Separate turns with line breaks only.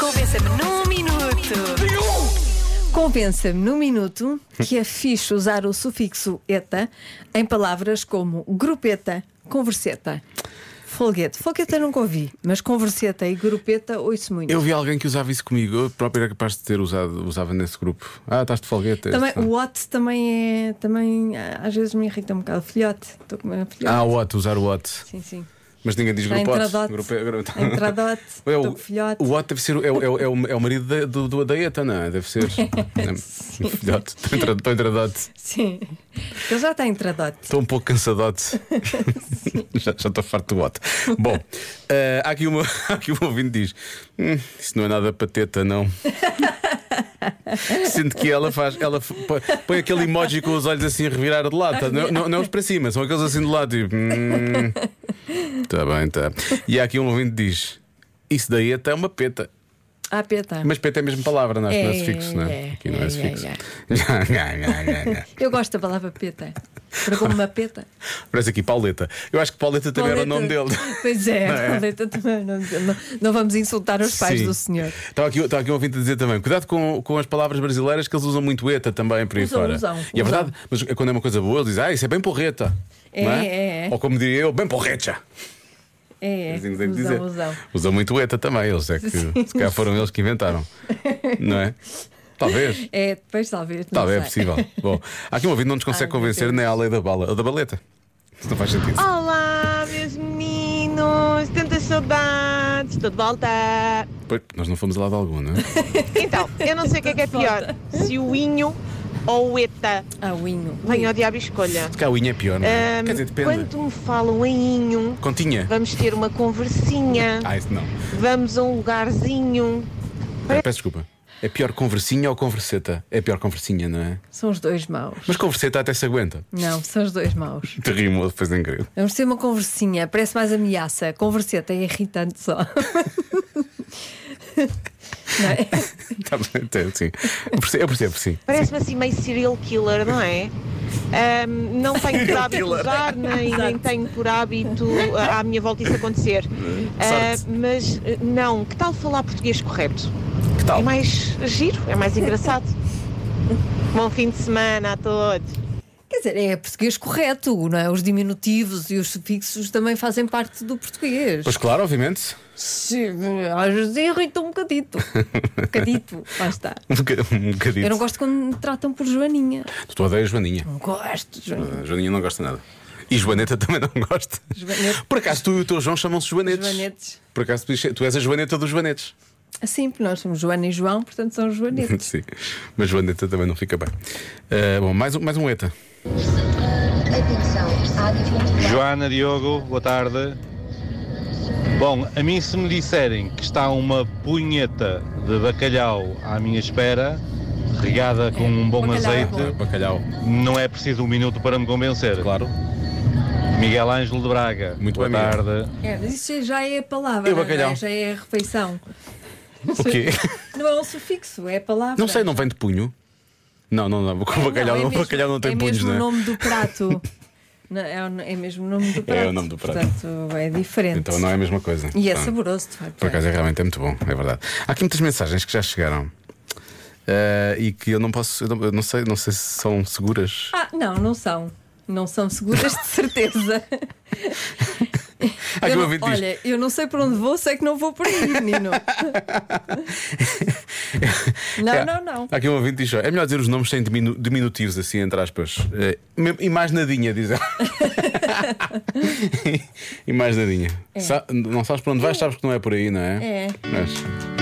Convença-me num minuto.
Convença-me num minuto que é fixe usar o sufixo eta em palavras como grupeta, converseta, folguete. Folgueta nunca ouvi, mas converseta e grupeta ouço muito.
Eu vi alguém que usava isso comigo. Eu próprio era capaz de ter usado, usava nesse grupo. Ah, estás de folguete. é
Também,
isso,
o
não?
what também é. Também ah, às vezes me irrita um bocado. Filhote, estou com uma filhote.
Ah, o what, usar o what.
Sim, sim.
Mas ninguém diz
A
grupote.
entradote.
Grupo-
A entradote.
É
estou com
o,
filhote.
o what deve ser. o- É, o- é, o- é o, é o marido da, do, do, da ETA, não é? Deve ser. É, filhote. Estou entra- estou entradote.
Sim. Ele já está entradote.
Estou um pouco cansadote. já, já estou farto do bote. Bom, eh, há, aqui uma, há aqui um ouvinte que diz: "Hum, Isso não é nada pateta, não. Sinto que ela faz, ela f- põe- põe aquele emoji com os olhos assim a revirar de lado, tá? não, não, não os para cima, são aqueles assim de lado, tipo. "Hum, Tá bem, tá. E há aqui um ouvinte que diz: Isso daí até é uma peta.
Ah, peta.
Mas peta é a mesma palavra, não é? não é sufixo, não
É,
é? Aqui não
é,
é sufixo. Parece
Eu gosto da palavra peta. Para como uma peta.
aqui Pauleta. Eu acho que Pauleta também era o nome
Pauleta.
dele.
Pois é,
Não é?
Pauleta também é o nome dele. Não, não vamos insultar os pais
Sim.
do senhor.
Estava aqui, estava aqui um ouvinte a dizer também: cuidado com, com as palavras brasileiras que eles usam muito ETA também por aí
Usam,
fora.
usam,
e é
usam.
verdade, mas quando é uma coisa boa, eles dizem: ah, isso é bem porreta.
É,
não
é, é.
Ou como diria eu, bem porrecha.
É, é.
Assim tem que dizer.
Usão, usão.
Usam muito ETA também, eles é que se calhar foram eles que inventaram. não é? Talvez.
É, depois talvez. não
Talvez é
sei.
possível. Bom, há aqui um ouvinte que não nos consegue
Ai, meu
convencer
Deus. Ah.
nem à lei da bala, ou da baleta. Isso não faz sentido.
Olá, meus meninos, tanta saudade, estou de volta.
Pois, nós não fomos a lado algum, não é?
Então, eu não sei o que é que é pior, se o Inho ou o ETA.
Ah, o Inho.
Venha ao diabo e escolha.
Se calhar o Inho é pior, não é?
Ahm,
Quer dizer, depende.
quando me falam em Inho,
Continha.
vamos ter uma conversinha,
Ah, isso não.
vamos a um lugarzinho.
Espera, Peço desculpa. É pior conversinha ou converseta? É pior conversinha, não é?
São os dois maus.
Mas converseta até se aguenta.
Não, são os dois maus.
Te rimou depois em grego.
Vamos ter uma conversinha, parece mais ameaça. Converseta é irritante só. Não é?
Tá bem, tá, sim. Eu percebo, eu percebo, sim.
Parece-me assim meio serial killer, não é? Ahm, não tenho por hábito usar, nem, nem tenho por hábito ah, à minha volta isso acontecer.
Hum,
Ah,
Sorte.
mas ah, não, que tal falar português correto?
Que tal?
É mais giro, é mais engraçado. Bom fim de semana a todos.
Quer dizer, é português correto, não é? Os diminutivos e os sufixos também fazem parte do português.
Pois claro, obviamente.
Sim, Às vezes irrita um bocadito. Um bocadito, lá está.
Um boca- um bocadinho.
Eu não gosto quando me tratam por Joaninha.
Tu odeias Joaninha.
Não gosto, Joaninha.
Ah, Joaninha não gosta nada. E Joaneta também não gosta.
Joanete.
Por acaso tu e o teu João chamam-se Joanetes.
Joanetes.
Por acaso tu, tu és a Joaneta dos Joanetes.
Assim, porque nós somos Joana e João, portanto são Joanetes.
Sim. Mas Joaneta também não fica bem. Ah, bom, mais um, mais um ETA.
Atenção, há dificuldade.
Joana, Diogo, boa tarde. Bom, a mim se me disserem que está uma punheta de bacalhau à minha espera, regada com um bom
Bacalhau é
azeite,
Ah, Bacalhau,
não é preciso um minuto para me convencer.
claro.
Miguel Ângelo de Braga,
Muito
boa
bem, Miguel.
tarde.
É, mas isso já é a palavra,
E o
não é?
bacalhau?
já é a refeição.
O quê?
Não é um sufixo, é a palavra.
Não sei, não vem de punho. Não, não, não. Com
É,
bacalhau,
é
não,
mesmo-
bacalhau não tem
é
punhos,
mesmo
não é?
o nome do prato. Não, é, o- é mesmo o nome do prato.
o nome do prato.
Portanto, é diferente.
Então não é a mesma coisa.
E é
Pronto.
saboroso, de facto.
Por acaso é realmente é muito bom, é verdade. Há aqui muitas mensagens que já chegaram eh, e que eu não posso, eu não, eu não sei, não sei se são seguras.
Ah, não, não são. Não são seguras, de certeza.
Há aqui
Eu
um
não-
ouvinte que diz,
olha, eu não sei por onde vou, sei que não vou por aí, menino. não, não, não.
Há aqui um ouvinte que diz: ó, é melhor dizer os nomes sem diminu- diminutivos, assim, entre aspas. Eh, me- e mais nadinha, diz ela. e mais nadinha. Sa- não sabes é por onde vais, sabes que não é por aí, não é?
É.
Mas-